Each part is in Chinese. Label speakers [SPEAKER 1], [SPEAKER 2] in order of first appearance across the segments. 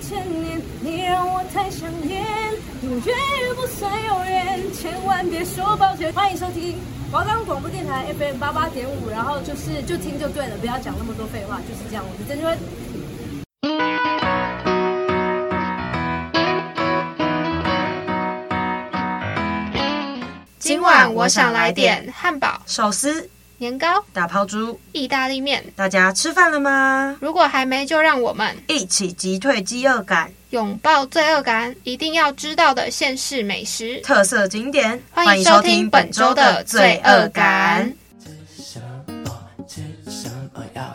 [SPEAKER 1] 千年，你让我太想念，永远不算永远，千万别说抱歉。欢迎收听华冈广播电台 FM 八八点五，然后就是就听就对了，不要讲那么多废话，就是这样。我是郑钧。
[SPEAKER 2] 今晚我想来点汉堡、
[SPEAKER 3] 寿司、
[SPEAKER 2] 年糕、
[SPEAKER 3] 打抛猪，
[SPEAKER 2] 意大利面。
[SPEAKER 3] 大家吃饭了吗？
[SPEAKER 2] 如果还没，就让我们
[SPEAKER 3] 一起击退饥饿感，
[SPEAKER 2] 拥抱罪恶感，一定要知道的县市美食。
[SPEAKER 3] 特色景点，
[SPEAKER 2] 欢迎收听本周的罪恶感。。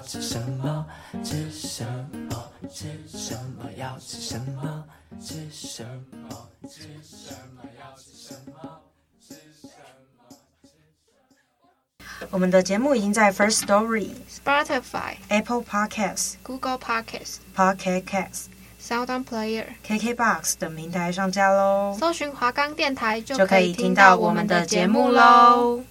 [SPEAKER 4] 吃什么？吃什么？要吃什么？吃什么？吃什么？要吃什么？吃什么？吃什么？要吃什么？
[SPEAKER 3] 我们的节目已经在 First Story、
[SPEAKER 2] Spotify、
[SPEAKER 3] Apple Podcasts、
[SPEAKER 2] Google Podcasts、
[SPEAKER 3] Pocket Casts、
[SPEAKER 2] Sound On Player
[SPEAKER 3] KKBox 等平台上架喽，
[SPEAKER 2] 搜寻华冈电台就
[SPEAKER 3] 就
[SPEAKER 2] 可
[SPEAKER 3] 可
[SPEAKER 2] 以
[SPEAKER 3] 以
[SPEAKER 2] 听
[SPEAKER 3] 听
[SPEAKER 2] 到
[SPEAKER 3] 到
[SPEAKER 2] 我
[SPEAKER 3] 我
[SPEAKER 2] 们
[SPEAKER 3] 们
[SPEAKER 2] 的
[SPEAKER 3] 的
[SPEAKER 2] 节
[SPEAKER 3] 节
[SPEAKER 2] 目
[SPEAKER 3] 目
[SPEAKER 2] 喽。
[SPEAKER 3] 喽。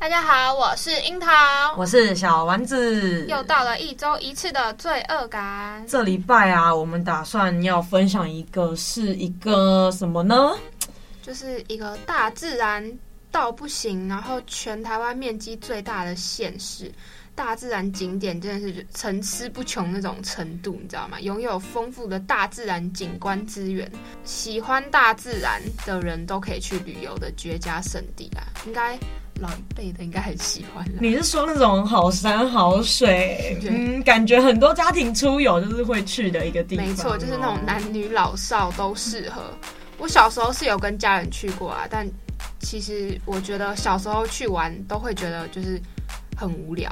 [SPEAKER 2] 大家好，我是樱桃，
[SPEAKER 5] 我是小丸子。
[SPEAKER 2] 又到了一周一次的罪恶感。
[SPEAKER 5] 这礼拜啊，我们打算要分享一个是一个什么呢？
[SPEAKER 2] 就是一个大自然到不行，然后全台湾面积最大的县市，大自然景点真的是层出不穷那种程度，你知道吗？拥有丰富的大自然景观资源，喜欢大自然的人都可以去旅游的绝佳胜地啊！应该老一辈的应该很喜欢啦。
[SPEAKER 5] 你是说那种好山好水，嗯，感觉很多家庭出游就是会去的一个地方哦、
[SPEAKER 2] 没错，就是那种男女老少都适合。我小时候是有跟家人去过啊，但其实我觉得小时候去玩都会觉得就是很无聊，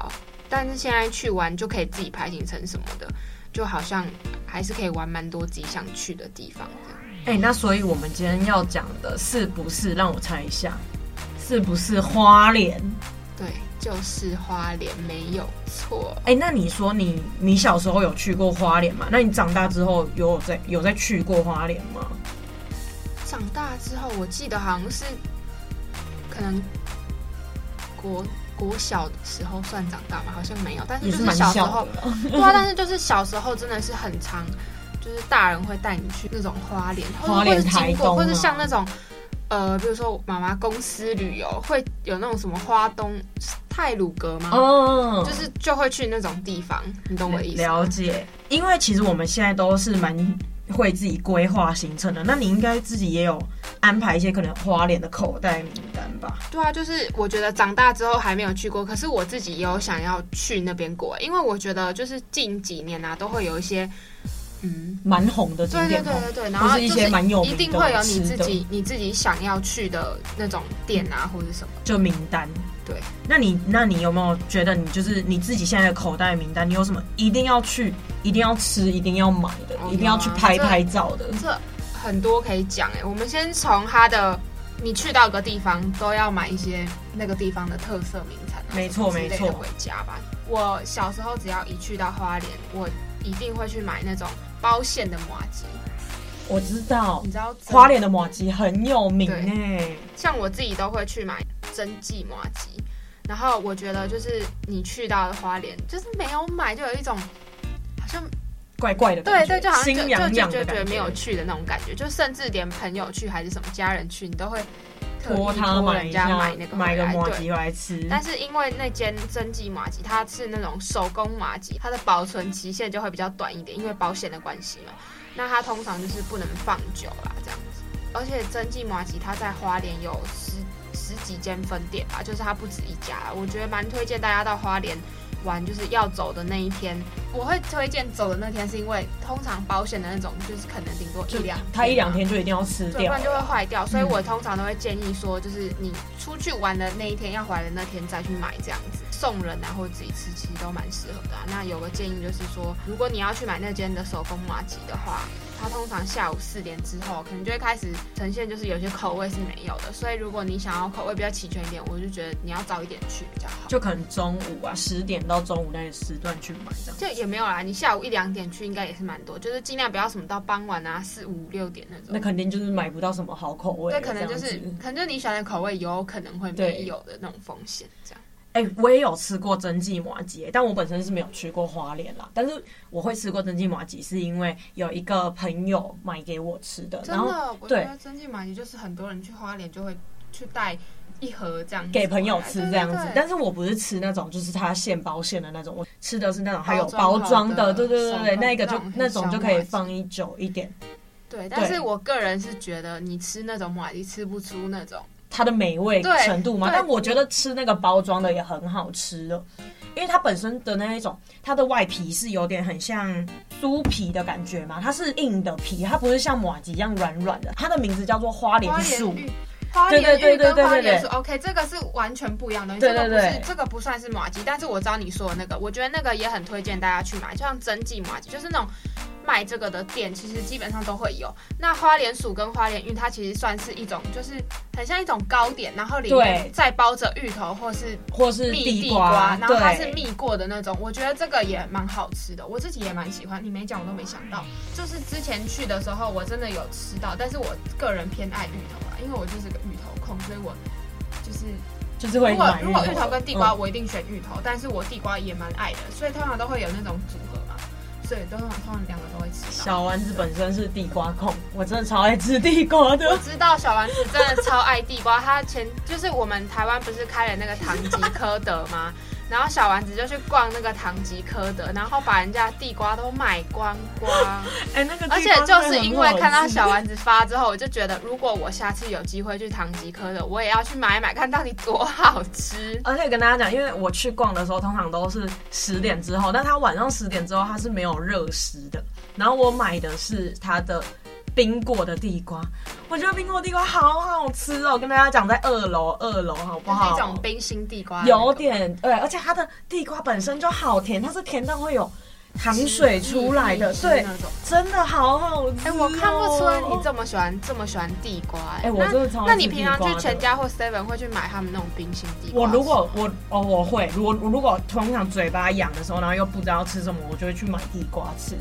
[SPEAKER 2] 但是现在去玩就可以自己排行程什么的，就好像还是可以玩蛮多自己想去的地方这样。
[SPEAKER 5] 哎、那所以我们今天要讲的是不是？让我猜一下，是不是花莲？
[SPEAKER 2] 对，就是花莲没有错。
[SPEAKER 5] 哎、那你说你你小时候有去过花莲吗？那你长大之后有在有在去过花莲吗？
[SPEAKER 2] 长大之后，我记得好像是可能国国小的时候算长大嘛，好像没有，但是
[SPEAKER 5] 也
[SPEAKER 2] 就是是
[SPEAKER 5] 蛮
[SPEAKER 2] 小时
[SPEAKER 5] 小
[SPEAKER 2] 候
[SPEAKER 5] 的。
[SPEAKER 2] 对啊，但是就是小时候真的是很常，就是大人会带你去那种花莲，或者
[SPEAKER 5] 花
[SPEAKER 2] 或者
[SPEAKER 5] 莲
[SPEAKER 2] 是经
[SPEAKER 5] 台
[SPEAKER 2] 过，
[SPEAKER 5] 东
[SPEAKER 2] 或者
[SPEAKER 5] 啊
[SPEAKER 2] 像那种呃，比如说妈妈公司旅游会有那种什么花东泰鲁阁吗？
[SPEAKER 5] 哦，
[SPEAKER 2] 就是就会去那种地方，你懂我的意思吗？
[SPEAKER 5] 了解，因为其实我们现在都是蛮会自己规划行程的，那你应该自己也有安排一些可能花莲的口袋名单吧？
[SPEAKER 2] 对啊，就是我觉得长大之后还没有去过，可是我自己也有想要去那边过，因为我觉得就是近几年啊，都会有一些嗯
[SPEAKER 5] 蛮红的景
[SPEAKER 2] 对对
[SPEAKER 5] 点哦，
[SPEAKER 2] 对对对，然
[SPEAKER 5] 或
[SPEAKER 2] 后
[SPEAKER 5] 是一
[SPEAKER 2] 就
[SPEAKER 5] 些蛮有名
[SPEAKER 2] 一
[SPEAKER 5] 的
[SPEAKER 2] 定会有你
[SPEAKER 5] 吃
[SPEAKER 2] 自
[SPEAKER 5] 的
[SPEAKER 2] 己你自己想要去的那种店啊，或者什么。
[SPEAKER 5] 就名单。
[SPEAKER 2] 对，
[SPEAKER 5] 那你那你有没有觉得你就是你自己现在的口袋名单，你有什么一定要去、一定要吃、一定要买的、
[SPEAKER 2] 哦
[SPEAKER 5] 一定要去拍
[SPEAKER 2] 有啊
[SPEAKER 5] 拍照的？
[SPEAKER 2] 这很多可以讲哎、我们先从它的，你去到一个地方都要买一些那个地方的特色名产、啊，
[SPEAKER 5] 没错
[SPEAKER 2] 什么之类的
[SPEAKER 5] 没错
[SPEAKER 2] 回家吧。我小时候只要一去到花莲，我一定会去买那种包馅的麻吉，
[SPEAKER 5] 我知道
[SPEAKER 2] 你知道
[SPEAKER 5] 花莲的马吉很有名欸
[SPEAKER 2] 对
[SPEAKER 5] 诶、
[SPEAKER 2] 像我自己都会去买蒸汽麻吉，然后我觉得就是你去到花莲，就是没有买就有一种好像
[SPEAKER 5] 怪怪的感
[SPEAKER 2] 对
[SPEAKER 5] 觉，
[SPEAKER 2] 对，就好像
[SPEAKER 5] 心
[SPEAKER 2] 就
[SPEAKER 5] 痒
[SPEAKER 2] 就
[SPEAKER 5] 痒
[SPEAKER 2] 就
[SPEAKER 5] 的
[SPEAKER 2] 就觉得
[SPEAKER 5] 感
[SPEAKER 2] 没有去的那种感觉，就甚至连朋友去还是什么家人去，你都会特意
[SPEAKER 5] 托他
[SPEAKER 2] 托
[SPEAKER 5] 买
[SPEAKER 2] 人
[SPEAKER 5] 一
[SPEAKER 2] 家
[SPEAKER 5] 下，
[SPEAKER 2] 买那个
[SPEAKER 5] 买个
[SPEAKER 2] 回来
[SPEAKER 5] 麻
[SPEAKER 2] 对
[SPEAKER 5] 吉回来吃。
[SPEAKER 2] 但是因为那间真迹麻吉，它是那种手工麻吉，它的保存期限就会比较短一点，因为保险的关系嘛。那它通常就是不能放久啦，这样子。而且真迹麻吉它在花莲有十十几间分店吧，就是它不止一家啦。我觉得蛮推荐大家到花莲玩，就是要走的那一天，我会推荐走的那天，是因为通常保险的那种就是可能顶多一两，啊
[SPEAKER 5] 它一两。天就一定要吃
[SPEAKER 2] 对，不
[SPEAKER 5] 掉
[SPEAKER 2] 然，就会坏掉。嗯所以我通常都会建议说，就是你出去玩的那一天，要回来的那天再去买这样子，送人啊或者自己吃，其实都蛮适合的、啊。那有个建议就是说，如果你要去买那间的手工麻吉的话，它通常下午四点之后，可能就会开始呈现，就是有些口味是没有的。所以如果你想要口味比较齐全一点，我就觉得你要早一点去比较好。
[SPEAKER 5] 就可能中午啊，十点到中午那个时段去买这样。
[SPEAKER 2] 就也没有啦，你下午一两点去应该也是蛮多，就是尽量不要什么到傍晚啊四五六点那种。
[SPEAKER 5] 那肯定就是买不到什么好口味
[SPEAKER 2] 对，
[SPEAKER 5] 的，
[SPEAKER 2] 可能就是
[SPEAKER 5] 这样子嗯
[SPEAKER 2] 可能就你喜欢的口味有可能会没
[SPEAKER 5] 对
[SPEAKER 2] 有的那种风险，这样。
[SPEAKER 5] 哎、我也有吃过蒸记麻吉，但我本身是没有去过花莲啦。但是我会吃过蒸记麻吉，是因为有一个朋友买给我吃的，
[SPEAKER 2] 真
[SPEAKER 5] 呃然后
[SPEAKER 2] 的，我觉
[SPEAKER 5] 对
[SPEAKER 2] 得蒸汽麻吉就是很多人去花莲就会去带一盒这样子
[SPEAKER 5] 给朋友
[SPEAKER 2] 回来
[SPEAKER 5] 吃
[SPEAKER 2] 对
[SPEAKER 5] 这样子。
[SPEAKER 2] 对对
[SPEAKER 5] 但是我不是吃那种，就是它现包现的那种，我吃的是那种还有
[SPEAKER 2] 包
[SPEAKER 5] 包
[SPEAKER 2] 装
[SPEAKER 5] 装
[SPEAKER 2] 好的
[SPEAKER 5] 的，对对对对，
[SPEAKER 2] 手
[SPEAKER 5] 那个就
[SPEAKER 2] 工
[SPEAKER 5] 那种就可以
[SPEAKER 2] 小麻
[SPEAKER 5] 放一久一点，
[SPEAKER 2] 对，但是我个人是觉得你吃那种马吉吃不出那种，
[SPEAKER 5] 它的美味
[SPEAKER 2] 对
[SPEAKER 5] 程度嘛。
[SPEAKER 2] 对
[SPEAKER 5] 但我觉得吃那个包装的也很好吃的，因为它本身的那一种，它的外皮是有点很像酥皮的感觉嘛，它是硬的皮，它不是像马吉一样软软的。它的名字叫做花莲
[SPEAKER 2] 花
[SPEAKER 5] 树
[SPEAKER 2] 莲，玉。花
[SPEAKER 5] 对
[SPEAKER 2] 莲
[SPEAKER 5] 对对
[SPEAKER 2] 玉
[SPEAKER 5] 对
[SPEAKER 2] 跟
[SPEAKER 5] 对
[SPEAKER 2] 花
[SPEAKER 5] 对
[SPEAKER 2] 莲
[SPEAKER 5] 对
[SPEAKER 2] 树，OK，这个是完全不一样的东西。
[SPEAKER 5] 对
[SPEAKER 2] 这个
[SPEAKER 5] 对
[SPEAKER 2] 不是
[SPEAKER 5] 对
[SPEAKER 2] 这个不算是马吉，但是我知道你说的那个，我觉得那个也很推荐大家去买，就像真记马吉，就是那种卖这个的店，其实基本上都会有。那花莲薯跟花莲芋，它其实算是一种，就是很像一种糕点，然后里面
[SPEAKER 5] 对
[SPEAKER 2] 再包着芋头或是
[SPEAKER 5] 或是
[SPEAKER 2] 蜜
[SPEAKER 5] 地
[SPEAKER 2] 瓜，然后它是
[SPEAKER 5] 对
[SPEAKER 2] 蜜过的那种，我觉得这个也蛮好吃的，我自己也蛮喜欢。你没讲我都没想到，就是之前去的时候我真的有吃到，但是我个人偏爱芋头啊，因为我就是个芋头控，所以我就是
[SPEAKER 5] 就是会
[SPEAKER 2] 如果
[SPEAKER 5] 买
[SPEAKER 2] 如果芋头跟地瓜，
[SPEAKER 5] 嗯
[SPEAKER 2] 我一定选芋头，但是我地瓜也蛮爱的，所以通常都会有那种组合嘛，所以通常通常两个都会吃到。
[SPEAKER 5] 小丸子本身是地瓜控，我真的超爱吃地瓜的
[SPEAKER 2] 我。知道小丸子真的超爱地瓜，他前就是我们台湾不是开了那个唐吉诃德吗？ 然后小丸子就去逛那个唐吉诃德，然后把人家地瓜都买光 光。
[SPEAKER 5] 哎、那个
[SPEAKER 2] 而且就是因为看到小丸子发之后，我就觉得如果我下次有机会去唐吉诃德，我也要去买一买，看到底多好 吃。
[SPEAKER 5] 而且跟大家讲，因为我去逛的时候通常都是十点之后，但它晚上十点之后它是没有热食的。然后我买的是它的冰果的地瓜，我觉得冰果地瓜好好吃哦！跟大家讲，在二楼，二楼好不
[SPEAKER 2] 就是
[SPEAKER 5] 好？
[SPEAKER 2] 一种冰心地瓜的那种，
[SPEAKER 5] 有点对，而且它的地瓜本身就好甜，它是甜到会有糖水出来的，
[SPEAKER 2] 嗯是
[SPEAKER 5] 对
[SPEAKER 2] 那，种。
[SPEAKER 5] 真的好好吃、哦
[SPEAKER 2] 哎、我看不出来你。这么喜欢这么喜欢地瓜、哎、
[SPEAKER 5] 哎我真的超爱
[SPEAKER 2] 那你
[SPEAKER 5] 吃地
[SPEAKER 2] 平常
[SPEAKER 5] 瓜
[SPEAKER 2] 去
[SPEAKER 5] 的
[SPEAKER 2] 全家或 Seven 会去买他们那种冰心地瓜
[SPEAKER 5] 我
[SPEAKER 2] 吃吗？
[SPEAKER 5] 如果我哦我会，如果如果通常嘴巴痒的时候，然后又不知道吃什么，我就会去买地瓜吃，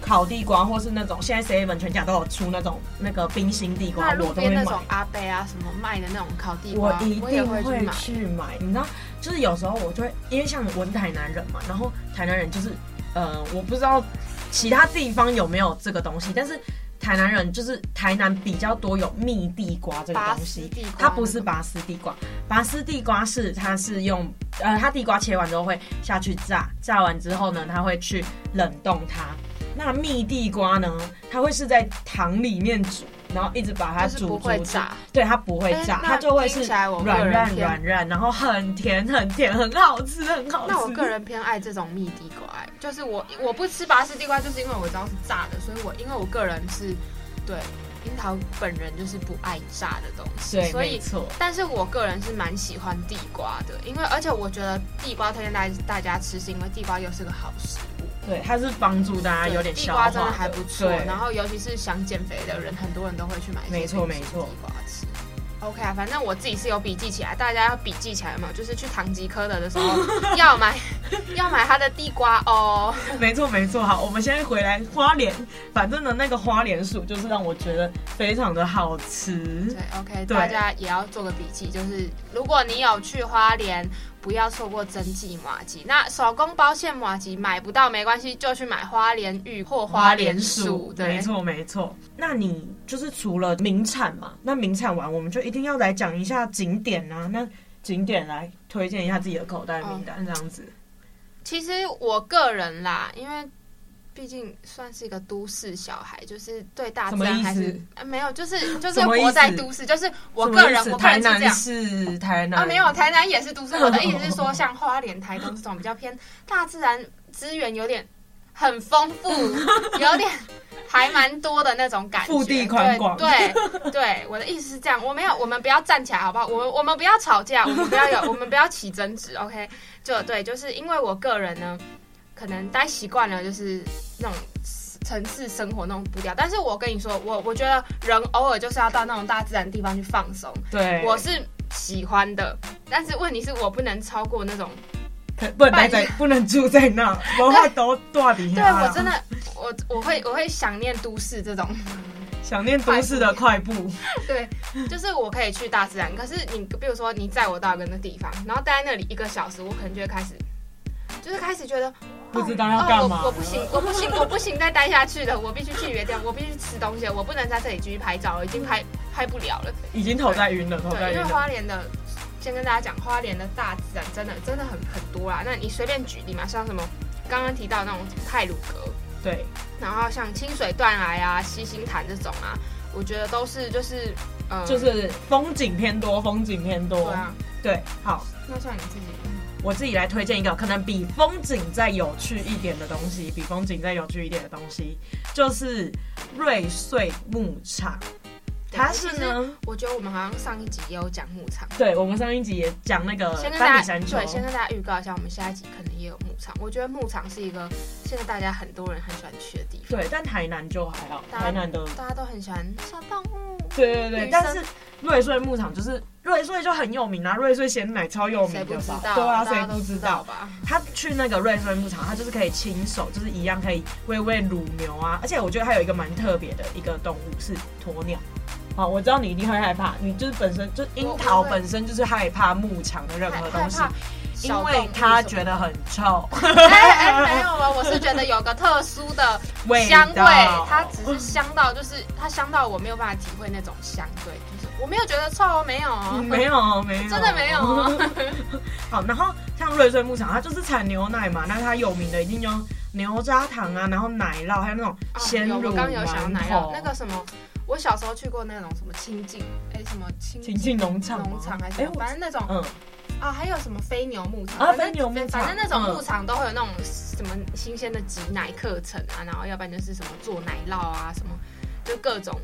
[SPEAKER 5] 烤地瓜或是那种现在 seven 全家都有出那种那个冰心地瓜
[SPEAKER 2] 那，路
[SPEAKER 5] 啊我都
[SPEAKER 2] 边
[SPEAKER 5] 会
[SPEAKER 2] 那
[SPEAKER 5] 买。
[SPEAKER 2] 种阿贝啊什么卖的那种烤地
[SPEAKER 5] 我
[SPEAKER 2] 瓜，我
[SPEAKER 5] 一
[SPEAKER 2] 也
[SPEAKER 5] 定
[SPEAKER 2] 会去
[SPEAKER 5] 会
[SPEAKER 2] 买。
[SPEAKER 5] 去买，你知道，就是有时候我就会，因为像我是台南人嘛，然后台南人就是，呃，我不知道其他地方有没有这个东西，但是台南人就是台南比较多有蜜地瓜这个东
[SPEAKER 2] 拔丝
[SPEAKER 5] 西
[SPEAKER 2] 地瓜，
[SPEAKER 5] 它不是拔丝地瓜，拔丝地瓜是它是用，呃，它地瓜切完之后会下去炸，炸完之后呢，它会去冷冻它。那蜜地瓜呢，它会是在糖里面煮，然后一直把它
[SPEAKER 2] 就是
[SPEAKER 5] 煮
[SPEAKER 2] 不
[SPEAKER 5] 煮
[SPEAKER 2] 会
[SPEAKER 5] 煮
[SPEAKER 2] 炸
[SPEAKER 5] 对，它不会炸
[SPEAKER 2] 哎，那
[SPEAKER 5] 它就会是
[SPEAKER 2] 听起来我个人
[SPEAKER 5] 软烂
[SPEAKER 2] 偏
[SPEAKER 5] 软烂，然后很甜很甜，很好吃很好吃。
[SPEAKER 2] 那我个人偏爱这种蜜地瓜、哎就是我我不吃拔丝地瓜，就是因为我知道是炸的，所以我因为我个人是对樱桃本人就是不爱炸的东西，
[SPEAKER 5] 对，
[SPEAKER 2] 所以
[SPEAKER 5] 没错，
[SPEAKER 2] 但是我个人是蛮喜欢地瓜的，因为而且我觉得地瓜推荐大大家吃，是因为地瓜又是个好食物。
[SPEAKER 5] 对，它是帮助大家
[SPEAKER 2] 对
[SPEAKER 5] 啊有点
[SPEAKER 2] 地
[SPEAKER 5] 消
[SPEAKER 2] 瓜
[SPEAKER 5] 化，
[SPEAKER 2] 真的还不错，
[SPEAKER 5] 对
[SPEAKER 2] 然后尤其是想减肥的人，很多人都会去买一些
[SPEAKER 5] 没错
[SPEAKER 2] 冰淇淋
[SPEAKER 5] 没错
[SPEAKER 2] 地瓜吃。OK 啊，反正我自己是有笔记起来，大家要笔记起来有没有？就是去唐吉诃德的 时候要买，要买它的地瓜哦。
[SPEAKER 5] 没错没错。好，我们现在回来花莲，反正呢那个花莲薯就是让我觉得非常的好吃
[SPEAKER 2] 对。，OK，
[SPEAKER 5] 对
[SPEAKER 2] 大家也要做个笔记，就是如果你有去花莲，不要错过真迹麻吉。那手工包馅麻吉买不到没关系，就去买花莲玉或花莲薯。对，
[SPEAKER 5] 没错没错。那你就是除了名产嘛，那名产完我们就一定要来讲一下景点啊。那景点来推荐一下自己的口袋名
[SPEAKER 2] 哦
[SPEAKER 5] 单，这样子。
[SPEAKER 2] 其实我个人啦，因为毕竟算是一个都市小孩，就是对大自
[SPEAKER 5] 什么
[SPEAKER 2] 然
[SPEAKER 5] 意思
[SPEAKER 2] 还是、啊、没有，就是就是
[SPEAKER 5] 什么意思
[SPEAKER 2] 活在都市，就是我
[SPEAKER 5] 什么
[SPEAKER 2] 个
[SPEAKER 5] 意
[SPEAKER 2] 人
[SPEAKER 5] 思
[SPEAKER 2] 我个
[SPEAKER 5] 台
[SPEAKER 2] 人是这
[SPEAKER 5] 南
[SPEAKER 2] 样。
[SPEAKER 5] 是台南
[SPEAKER 2] 啊，没有，台南也是都市。 我的意思是说，像花莲、台东这种比较偏大自然资源有点很丰富，有点还蛮多的那种感觉。
[SPEAKER 5] 腹地宽广
[SPEAKER 2] 对对对，我的意思是这样。我没有，我们不要站起来好不好？我们我们不要吵架，我们不要有， 我们不要起争执。OK，就对，就是因为我个人呢，可能待习惯了，就是那种。城市生活那种步调，但是我跟你说，我我觉得人偶尔就是要到那种大自然地方去放松，
[SPEAKER 5] 对，
[SPEAKER 2] 我是喜欢的，但是问题是我不能超过那种。
[SPEAKER 5] 可不能待在，不能住在 那，文化都断底
[SPEAKER 2] 对
[SPEAKER 5] 下。
[SPEAKER 2] 我真的，我我会我会想念都市这种
[SPEAKER 5] 想念都市的快步，
[SPEAKER 2] 对，就是我可以去大自然，可是你比如说你载我到一个那地方，然后待在那里一个小时，我可能就会开始，就是开始觉得。
[SPEAKER 5] 不知道要干嘛
[SPEAKER 2] 哦我我 不行，我不行，我不行，再待下去了，我必须去别地方，我必须吃东西，我不能在这里继续拍照了，已经拍拍不了了。
[SPEAKER 5] 已经头在晕了，头在
[SPEAKER 2] 对，因
[SPEAKER 5] 晕
[SPEAKER 2] 为
[SPEAKER 5] 了。
[SPEAKER 2] 花莲的，先跟大家讲，花莲的大自然真的真的很很多啦。那你随便举例嘛，像什么刚刚提到那种泰鲁阁，
[SPEAKER 5] 对，
[SPEAKER 2] 然后像清水断崖啊、七星潭这种啊，我觉得都是就是呃，
[SPEAKER 5] 就是风景偏多，风景偏
[SPEAKER 2] 对
[SPEAKER 5] 多。
[SPEAKER 2] 啊。
[SPEAKER 5] 对，好，
[SPEAKER 2] 那像你自己，
[SPEAKER 5] 我自己来推荐一个可能比风景再有趣一点的东西，比风景再有趣一点的东西，就是瑞穗牧场。它是呢，
[SPEAKER 2] 我觉得我们好像上一集也有讲牧场，
[SPEAKER 5] 对我们上一集也讲那个
[SPEAKER 2] 先
[SPEAKER 5] 呃三
[SPEAKER 2] 跟大
[SPEAKER 5] 里
[SPEAKER 2] 家
[SPEAKER 5] 山丘
[SPEAKER 2] 对，，先跟大家预告一下，我们下一集可能也有牧场。我觉得牧场是一个现在大家很多人很喜欢去的地方，
[SPEAKER 5] 对，但台南就还好，
[SPEAKER 2] 大家
[SPEAKER 5] 台南的
[SPEAKER 2] 大家都很喜欢小动物，
[SPEAKER 5] 对对对，
[SPEAKER 2] 女生
[SPEAKER 5] 但是瑞穗牧场就是瑞穗就很有名啊，瑞穗鲜奶超有
[SPEAKER 2] 谁
[SPEAKER 5] 名
[SPEAKER 2] 不
[SPEAKER 5] 的
[SPEAKER 2] 知
[SPEAKER 5] 吧？
[SPEAKER 2] 道？
[SPEAKER 5] 对啊，
[SPEAKER 2] 大
[SPEAKER 5] 谁
[SPEAKER 2] 家都
[SPEAKER 5] 不知道？
[SPEAKER 2] 吧？
[SPEAKER 5] 他去那个瑞穗牧场，他就是可以亲手，就是一样可以喂喂乳牛啊，而且我觉得还有一个蛮特别的一个动物是鸵鸟。好，我知道你一定会害怕，你就是本身就樱桃
[SPEAKER 2] 我会
[SPEAKER 5] 本身就是害怕牧场的任
[SPEAKER 2] 害
[SPEAKER 5] 何
[SPEAKER 2] 害
[SPEAKER 5] 东西，
[SPEAKER 2] 怕
[SPEAKER 5] 因
[SPEAKER 2] 小动物什么的，
[SPEAKER 5] 为他觉得很臭，
[SPEAKER 2] 哎哎没有啊，我是觉得有个特殊的
[SPEAKER 5] 味
[SPEAKER 2] 香味
[SPEAKER 5] 道，
[SPEAKER 2] 它只是香到，就是它香到我没有办法体会那种香，对，就是我没有觉得臭哦，没有 哦，
[SPEAKER 5] 没有没有，
[SPEAKER 2] 真 的没有哦。
[SPEAKER 5] 好，然后像瑞穗牧场，它就是产牛奶嘛，那它有名的一定有牛轧糖啊，然后奶酪，还有那种
[SPEAKER 2] 啊
[SPEAKER 5] 鲜
[SPEAKER 2] 有
[SPEAKER 5] 乳
[SPEAKER 2] 我刚刚有想到
[SPEAKER 5] 馒
[SPEAKER 2] 奶
[SPEAKER 5] 头
[SPEAKER 2] 酪，那个什么，我小时候去过那种什么清境，哎，什么清
[SPEAKER 5] 情境农场吗，
[SPEAKER 2] 农场还是
[SPEAKER 5] 哎
[SPEAKER 2] 什么，
[SPEAKER 5] 我
[SPEAKER 2] 反正那种
[SPEAKER 5] 嗯，
[SPEAKER 2] 啊，还有什么飞牛牧场
[SPEAKER 5] 啊
[SPEAKER 2] 反正
[SPEAKER 5] 飞牛牧场
[SPEAKER 2] 反正那种
[SPEAKER 5] 嗯
[SPEAKER 2] 牧场都会有那种什么新鲜的挤奶课程啊，然后要不然就是什么做奶酪啊，什么就各种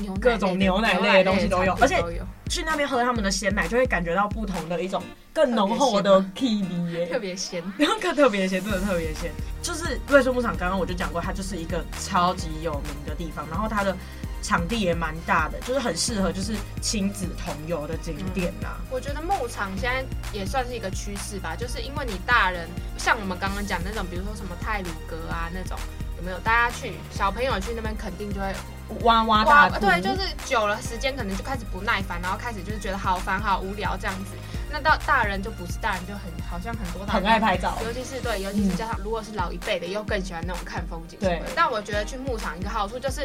[SPEAKER 2] 牛奶类的
[SPEAKER 5] 各种牛奶类的东西都有
[SPEAKER 2] 牛奶类的
[SPEAKER 5] 而且
[SPEAKER 2] 产品
[SPEAKER 5] 去那边喝他们的鲜奶，就会感觉到不同的一种更浓厚的 k i
[SPEAKER 2] 都有特
[SPEAKER 5] 耶，
[SPEAKER 2] 别鲜。
[SPEAKER 5] 然后更特别鲜，真的特别鲜。就是瑞穗牧场，刚刚我就讲过，它就是一个超级有名的地方，然后它的场地也蛮大的，就是很适合就是亲子同游的景点啊呐、
[SPEAKER 2] 我觉得牧场现在也算是一个趋势吧，就是因为你大人像我们刚刚讲那种，比如说什么泰鲁格啊那种，有没有？大家去小朋友去那边肯定就会
[SPEAKER 5] 哇哇大
[SPEAKER 2] 哇，
[SPEAKER 5] 哭，
[SPEAKER 2] 对，就是久了时间可能就开始不耐烦，然后开始就是觉得好烦好无聊这样子。那到大人就不是大人，就很好像很多大人
[SPEAKER 5] 很爱拍照。
[SPEAKER 2] 尤其是对，尤其是加上如果是老一辈的，又更喜欢那种看风景什么的
[SPEAKER 5] 对。
[SPEAKER 2] 但我觉得去牧场一个好处就是，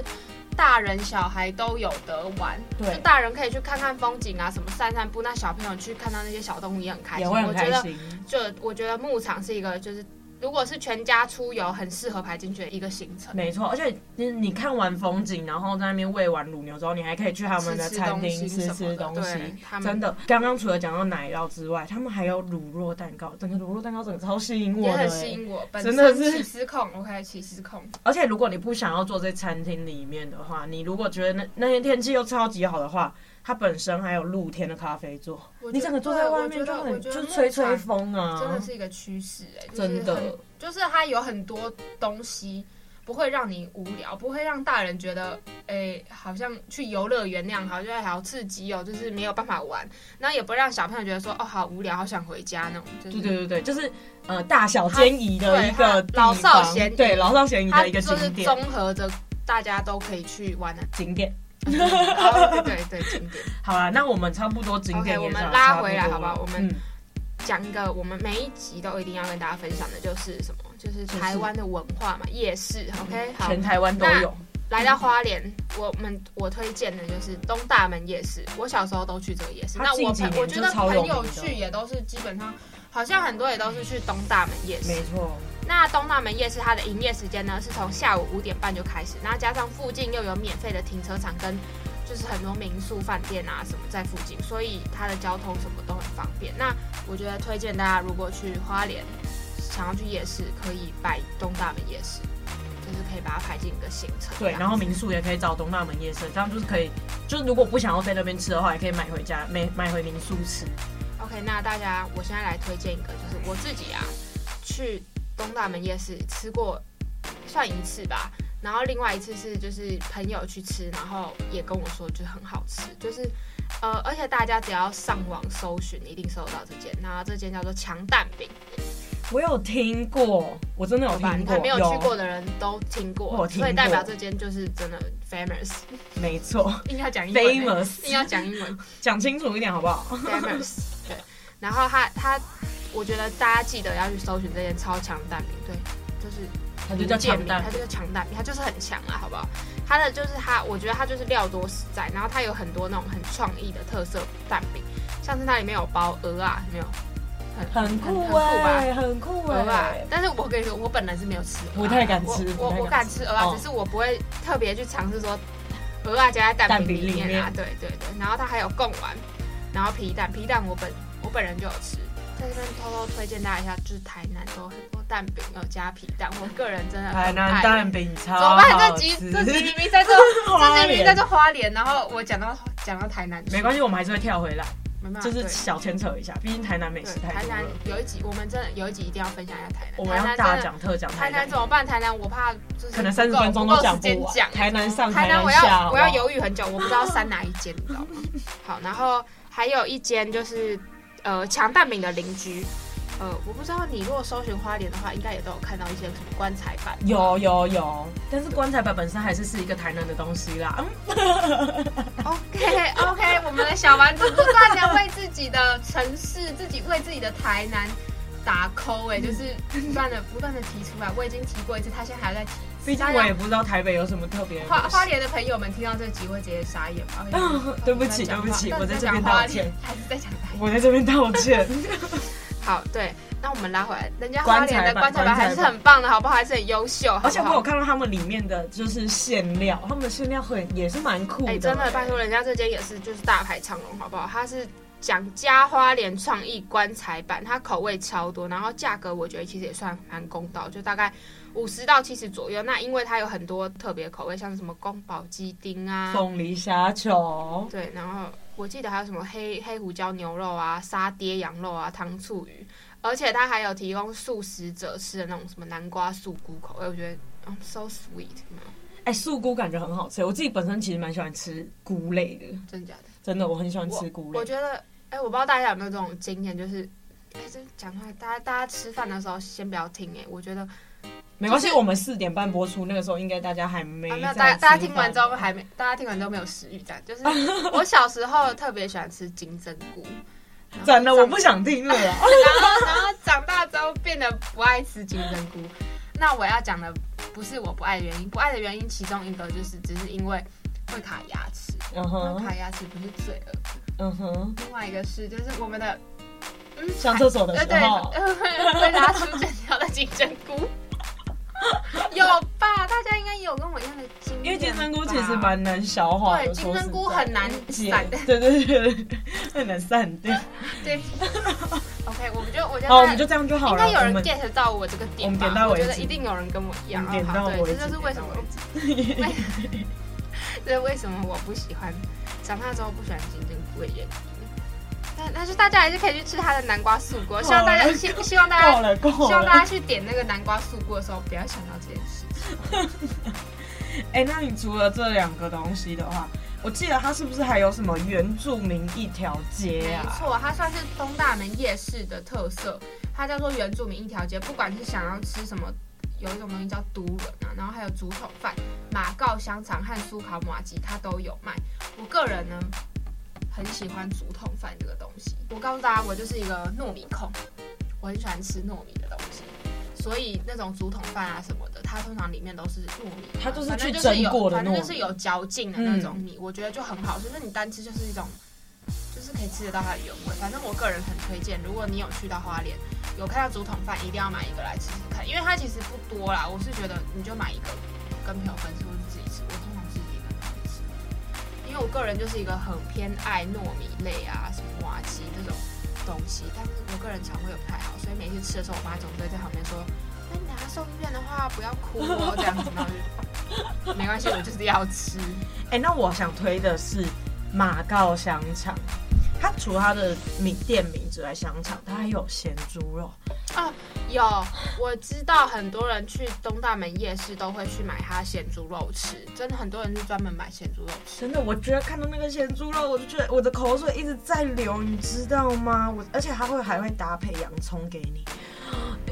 [SPEAKER 2] 大人小孩都有得玩，
[SPEAKER 5] 对
[SPEAKER 2] 就大人可以去看看风景啊，什么散散步。那小朋友去看到那些小动物也很开心。
[SPEAKER 5] 也会很开
[SPEAKER 2] 我觉得，
[SPEAKER 5] 心。
[SPEAKER 2] 就我觉得牧场是一个就是。如果是全家出游，很适合排进去的一个行程。
[SPEAKER 5] 没错，而且你你看完风景，然后在那边喂完乳牛之后，你还可以去他们的
[SPEAKER 2] 吃吃
[SPEAKER 5] 餐厅
[SPEAKER 2] 东西
[SPEAKER 5] 吃
[SPEAKER 2] 什么
[SPEAKER 5] 吃
[SPEAKER 2] 的
[SPEAKER 5] 东西
[SPEAKER 2] 对他。们
[SPEAKER 5] 真的，刚刚除了讲到奶酪之外，他们还有乳酪蛋糕，整个乳酪蛋糕整个超吸引
[SPEAKER 2] 也
[SPEAKER 5] 我的、
[SPEAKER 2] 很吸
[SPEAKER 5] 欸。
[SPEAKER 2] 引我，本
[SPEAKER 5] 真的
[SPEAKER 2] 身
[SPEAKER 5] 是
[SPEAKER 2] 起司控，OK，起司控。
[SPEAKER 5] 而且如果你不想要坐在餐厅里面的话，你如果觉得那那天天气又超级好的话，它本身还有露天的咖啡座，
[SPEAKER 2] 我觉得
[SPEAKER 5] 你整个坐在外面
[SPEAKER 2] 对
[SPEAKER 5] 就
[SPEAKER 2] 啊我觉得
[SPEAKER 5] 很
[SPEAKER 2] 我觉得
[SPEAKER 5] 就
[SPEAKER 2] 牧场
[SPEAKER 5] 吹吹风啊，
[SPEAKER 2] 真的是一个趋势哎，就是
[SPEAKER 5] 真的
[SPEAKER 2] 很就是它有很多东西不会让你无聊，不会让大人觉得哎、好像去游乐园那样，好像好刺激哦，就是没有办法玩，然后也不会让小朋友觉得说哦好无聊，好想回家那种，就是
[SPEAKER 5] 对对对对，就是呃大小皆宜的一个
[SPEAKER 2] 嗯它对它老
[SPEAKER 5] 地方
[SPEAKER 2] 少咸宜
[SPEAKER 5] 对老少咸宜
[SPEAKER 2] 它
[SPEAKER 5] 的一个
[SPEAKER 2] 就
[SPEAKER 5] 景
[SPEAKER 2] 是
[SPEAKER 5] 点
[SPEAKER 2] 综合着大家都可以去玩的、
[SPEAKER 5] 景点。
[SPEAKER 2] 哦对对对，景点。
[SPEAKER 5] 好啦，那我们差不多景点
[SPEAKER 2] OK，
[SPEAKER 5] 也
[SPEAKER 2] 我们
[SPEAKER 5] 差
[SPEAKER 2] 拉
[SPEAKER 5] 差不
[SPEAKER 2] 回来
[SPEAKER 5] 多
[SPEAKER 2] 好不好
[SPEAKER 5] 了
[SPEAKER 2] 我们
[SPEAKER 5] 嗯
[SPEAKER 2] 讲一个我们每一集都一定要跟大家分享的，就是什么？就是
[SPEAKER 5] 是嗯
[SPEAKER 2] 台湾的文化嘛，夜市。OK，好，
[SPEAKER 5] 全台湾都有。
[SPEAKER 2] 来到花莲，我们我推荐的就是东大门夜市。我小时候都去这个夜市，
[SPEAKER 5] 它
[SPEAKER 2] 那我
[SPEAKER 5] 近几
[SPEAKER 2] 朋
[SPEAKER 5] 年
[SPEAKER 2] 我觉
[SPEAKER 5] 就
[SPEAKER 2] 得
[SPEAKER 5] 超有
[SPEAKER 2] 朋友
[SPEAKER 5] 名的
[SPEAKER 2] 去也都是基本上，好像很多也都是去东大门夜市
[SPEAKER 5] 没。错，
[SPEAKER 2] 那东大门夜市它的营业时间呢是从下午五点半就开始，那加上附近又有免费的停车场跟就是很多民宿、饭店啊什么在附近，所以它的交通什么都很方便。那我觉得推荐大家如果去花莲想要去夜市，可以摆东大门夜市，就是可以把它排进一个行程。
[SPEAKER 5] 对，
[SPEAKER 2] 这样
[SPEAKER 5] 然后民宿也可以找东大门夜市，这样就是可以，就是如果不想要在那边吃的话，也可以买回家，买买回民宿吃。
[SPEAKER 2] OK，那大家，我现在来推荐一个，就是我自己啊，去东大门夜市吃过，算一次吧。然后另外一次是就是朋友去吃，然后也跟我说就是很好吃，就是呃，而且大家只要上网搜寻，一定搜得到这间。然后这间叫做强蛋饼，
[SPEAKER 5] 我有听过，我真的有
[SPEAKER 2] 好吧？
[SPEAKER 5] 听
[SPEAKER 2] 你
[SPEAKER 5] 过，
[SPEAKER 2] 看没有去过
[SPEAKER 5] 有，
[SPEAKER 2] 的人都听
[SPEAKER 5] 我
[SPEAKER 2] 过，
[SPEAKER 5] 听过
[SPEAKER 2] 所以代表这间就是真的 famous。
[SPEAKER 5] 没错，
[SPEAKER 2] 硬要讲英文欸、
[SPEAKER 5] Famous
[SPEAKER 2] 硬要讲英文
[SPEAKER 5] 讲清楚一点好不好？
[SPEAKER 2] famous。对， 然后他他，我觉得大家记得要去搜寻这间超强蛋饼，对，就是
[SPEAKER 5] 它就叫
[SPEAKER 2] 林建
[SPEAKER 5] 强
[SPEAKER 2] 明
[SPEAKER 5] 蛋
[SPEAKER 2] 它，就叫强大，它就是很强啊，好不好？它的就是它，我觉得它就是料多实在，然后它有很多那种很创意的特色蛋饼，像是它里面有包鹅啊，有没有？很
[SPEAKER 5] 很
[SPEAKER 2] 很
[SPEAKER 5] 酷
[SPEAKER 2] 酷吧？
[SPEAKER 5] 哎，很酷
[SPEAKER 2] 鹅啊
[SPEAKER 5] 哎！，
[SPEAKER 2] 但是我跟你说，我本人是没有吃鹅啊，
[SPEAKER 5] 不太敢吃
[SPEAKER 2] 我
[SPEAKER 5] 不太敢
[SPEAKER 2] 我我敢吃鹅啊
[SPEAKER 5] 哦，
[SPEAKER 2] 只是我不会特别去尝试说鹅啊加在蛋饼
[SPEAKER 5] 蛋饼
[SPEAKER 2] 里
[SPEAKER 5] 里
[SPEAKER 2] 面啊
[SPEAKER 5] 面，
[SPEAKER 2] 对对对。然后它还有贡丸，然后皮蛋，皮蛋我本我本人就有吃。在这边偷偷推荐大家一下，就是台南都有很多蛋饼有加皮蛋，我个人真的很
[SPEAKER 5] 海南
[SPEAKER 2] 爱
[SPEAKER 5] 蛋饼
[SPEAKER 2] 怎
[SPEAKER 5] 超
[SPEAKER 2] 么办？这
[SPEAKER 5] 好
[SPEAKER 2] 集
[SPEAKER 5] 吃，
[SPEAKER 2] 这集明明 在这，
[SPEAKER 5] 花
[SPEAKER 2] 这集明明在
[SPEAKER 5] 莲
[SPEAKER 2] 这花莲，然后我讲到讲到台南去，
[SPEAKER 5] 没关系，我们还是会跳回来，
[SPEAKER 2] 没办法，
[SPEAKER 5] 就是
[SPEAKER 2] 啊对
[SPEAKER 5] 小牵扯一下，毕竟台南美
[SPEAKER 2] 对
[SPEAKER 5] 食太
[SPEAKER 2] 台
[SPEAKER 5] 多
[SPEAKER 2] 南
[SPEAKER 5] 了，
[SPEAKER 2] 有一集，我们真的有一集一定要分享一下台南，
[SPEAKER 5] 我们要
[SPEAKER 2] 台南
[SPEAKER 5] 大
[SPEAKER 2] 真的
[SPEAKER 5] 讲特讲
[SPEAKER 2] 台
[SPEAKER 5] 台
[SPEAKER 2] 南
[SPEAKER 5] 南
[SPEAKER 2] 怎。么办？台南我怕就是
[SPEAKER 5] 可能30
[SPEAKER 2] 不够
[SPEAKER 5] 分钟都
[SPEAKER 2] 够
[SPEAKER 5] 讲
[SPEAKER 2] 时
[SPEAKER 5] 不
[SPEAKER 2] 间
[SPEAKER 5] 完
[SPEAKER 2] 讲
[SPEAKER 5] 台南上
[SPEAKER 2] 台
[SPEAKER 5] 台
[SPEAKER 2] 南
[SPEAKER 5] 南
[SPEAKER 2] 我
[SPEAKER 5] 下
[SPEAKER 2] 要我要
[SPEAKER 5] 哇
[SPEAKER 2] 犹豫很久，我不知道删哪一间，你知道吗？好，然后还有一间就是呃强蛋饼的邻居，呃我不知道你如果搜寻花莲的话，应该也都有看到一些什么棺材板，
[SPEAKER 5] 有有有，但是棺材板本身还是是一个台南的东西
[SPEAKER 2] 啊
[SPEAKER 5] 啦。嗯，
[SPEAKER 2] OK OK，我们的小丸子不断的为自己的城市、自己为自己的台南打 call，哎、就是不断的不断的提出来。我已经提过一次，他现在还在提一次。
[SPEAKER 5] 毕竟
[SPEAKER 2] 大家
[SPEAKER 5] 我也不知道台北有什么特别的东
[SPEAKER 2] 花
[SPEAKER 5] 西。
[SPEAKER 2] 花莲的朋友们听到这集会直接傻眼 吧？会觉得
[SPEAKER 5] 对不起
[SPEAKER 2] 到底
[SPEAKER 5] 对不起
[SPEAKER 2] 讲
[SPEAKER 5] 我在这
[SPEAKER 2] 到底
[SPEAKER 5] 边
[SPEAKER 2] 讲花
[SPEAKER 5] 道歉
[SPEAKER 2] 莲还是在讲台
[SPEAKER 5] 我在这边道歉。
[SPEAKER 2] 好，对，那我们拉回来，人家花莲的棺
[SPEAKER 5] 棺材
[SPEAKER 2] 材板
[SPEAKER 5] 板
[SPEAKER 2] 还是很棒的，好不好？还是很优秀，好不好
[SPEAKER 5] 而且我有看到他们里面的就是馅料，他们的馅料很也是蛮酷
[SPEAKER 2] 哎、
[SPEAKER 5] 的。
[SPEAKER 2] 真的，拜托，人家这间也是就是大排长龙，好不好？它是讲加花莲创意棺材板，它口味超多，然后价格我觉得其实也算蛮公道，就大概五十到七十左右。那因为它有很多特别口味，像是什么宫保鸡丁啊，
[SPEAKER 5] 凤梨虾球，
[SPEAKER 2] 对，然后我记得还有什么黑黑胡椒牛肉啊、沙爹羊肉啊、糖醋鱼，而且它还有提供素食者吃的那种什么南瓜素菇口味，我觉得。嗯 so sweet，有没有
[SPEAKER 5] 哎、素菇感觉很好吃。我自己本身其实蛮喜欢吃菇类的，
[SPEAKER 2] 真的假的？
[SPEAKER 5] 真的我很喜欢吃
[SPEAKER 2] 我
[SPEAKER 5] 菇类
[SPEAKER 2] 我。觉得，哎、我不知道大家有没有这种经验，就是，哎、这讲出来，大家大家吃饭的时候先不要听、哎，我觉得，啊，
[SPEAKER 5] 没关系，
[SPEAKER 2] 就是
[SPEAKER 5] 我们四点半播出，那个时候应该大家还没
[SPEAKER 2] 没有，
[SPEAKER 5] 在
[SPEAKER 2] 大家大家
[SPEAKER 5] 吃
[SPEAKER 2] 听完
[SPEAKER 5] 饭
[SPEAKER 2] 之后还没，大家听完之后没有食欲，这样，就是 我小时候特别喜欢吃金针菇，然后
[SPEAKER 5] 真的
[SPEAKER 2] 长
[SPEAKER 5] 我不想听 了啦。
[SPEAKER 2] 然后然后长大之后变得不爱吃金针菇。那我要讲的不是我不爱的原因，不爱的原因其中一个就是只是因为会卡牙齿，
[SPEAKER 5] 嗯
[SPEAKER 2] 然后
[SPEAKER 5] 哼
[SPEAKER 2] 卡，牙齿不是罪恶，
[SPEAKER 5] 嗯哼，
[SPEAKER 2] 另外一个是就是我们的。嗯，
[SPEAKER 5] 上厕所的
[SPEAKER 2] 对
[SPEAKER 5] 时
[SPEAKER 2] 对，
[SPEAKER 5] 候，
[SPEAKER 2] 呃会拿出整条的金针 菇，有吧？大家应该有跟我一样的经验吧，
[SPEAKER 5] 因为金针菇其实蛮难消化的，
[SPEAKER 2] 对，金
[SPEAKER 5] 说实
[SPEAKER 2] 针菇
[SPEAKER 5] 在
[SPEAKER 2] 很难
[SPEAKER 5] 解
[SPEAKER 2] 散。
[SPEAKER 5] 对对对，对很难散掉。
[SPEAKER 2] 对，OK，我们就我觉得
[SPEAKER 5] 好，我们就这样就好
[SPEAKER 2] 应
[SPEAKER 5] 了。
[SPEAKER 2] 该有人
[SPEAKER 5] 我 们
[SPEAKER 2] get 到我这个点
[SPEAKER 5] 我们
[SPEAKER 2] 吧？
[SPEAKER 5] 点到
[SPEAKER 2] 我
[SPEAKER 5] 为
[SPEAKER 2] 觉得
[SPEAKER 5] 止
[SPEAKER 2] 一定有人跟我一样。哦
[SPEAKER 5] 我们点
[SPEAKER 2] 好
[SPEAKER 5] 到
[SPEAKER 2] 对，
[SPEAKER 5] 为
[SPEAKER 2] 这
[SPEAKER 5] 止
[SPEAKER 2] 就是为什么， 为这是为什么我不喜欢长大之后不喜欢金针菇的原因。但但是大家还是可以去吃它的南瓜素锅，希望大家希希望大家
[SPEAKER 5] 够了够
[SPEAKER 2] 希望大
[SPEAKER 5] 了。
[SPEAKER 2] 家去点那个南瓜素锅的时候，不要想到这件事。
[SPEAKER 5] 哎，那你除了这两个东西的话，我记得它是不是还有什么原住民一条街
[SPEAKER 2] 没
[SPEAKER 5] 啊？
[SPEAKER 2] 错，它算是东大门夜市的特色，它叫做原住民一条街。不管是想要吃什么，有一种东西叫都轮啊，然后还有竹筒饭、马告香肠和苏烤麻吉，它都有卖。我个人呢，很喜欢竹筒饭这个东西。我告诉大家，我就是一个糯米控，我很喜欢吃糯米的东西。所以那种竹筒饭啊什么的，它通常里面都是糯米嘛，
[SPEAKER 5] 它就是
[SPEAKER 2] 反正
[SPEAKER 5] 去
[SPEAKER 2] 就是
[SPEAKER 5] 蒸
[SPEAKER 2] 有
[SPEAKER 5] 过的
[SPEAKER 2] 反正就
[SPEAKER 5] 糯
[SPEAKER 2] 是
[SPEAKER 5] 米
[SPEAKER 2] 有嚼劲的那种米，我觉得就很好吃。那你单吃就是一种就是可以吃得到它的原味。反正我个人很推荐，如果你有去到花莲，有看到竹筒饭，一定要买一个来吃吃看，因为它其实不多啦。我是觉得你就买一个跟朋友分吃，或是自己吃。我通常是自己跟朋友吃，因为我个人就是一个很偏爱糯米类啊，什么瓦吉这种东西，但是我个人肠胃也不太好，所以每次吃的时候，我妈总是会在旁边说。那你等下送医院的话，不要哭哦，这样子，然后我就没关系，我就是要吃。
[SPEAKER 5] 哎，那我想推的是马告香肠。它除了它的米店名之外，香肠它还有咸猪肉，
[SPEAKER 2] 有，我知道很多人去东大门夜市都会去买它咸猪肉吃，真的很多人是专门买咸猪肉吃。
[SPEAKER 5] 真的，我觉得看到那个咸猪肉，我就觉得我的口水一直在流，你知道吗？我而且它会还会搭配洋葱给你，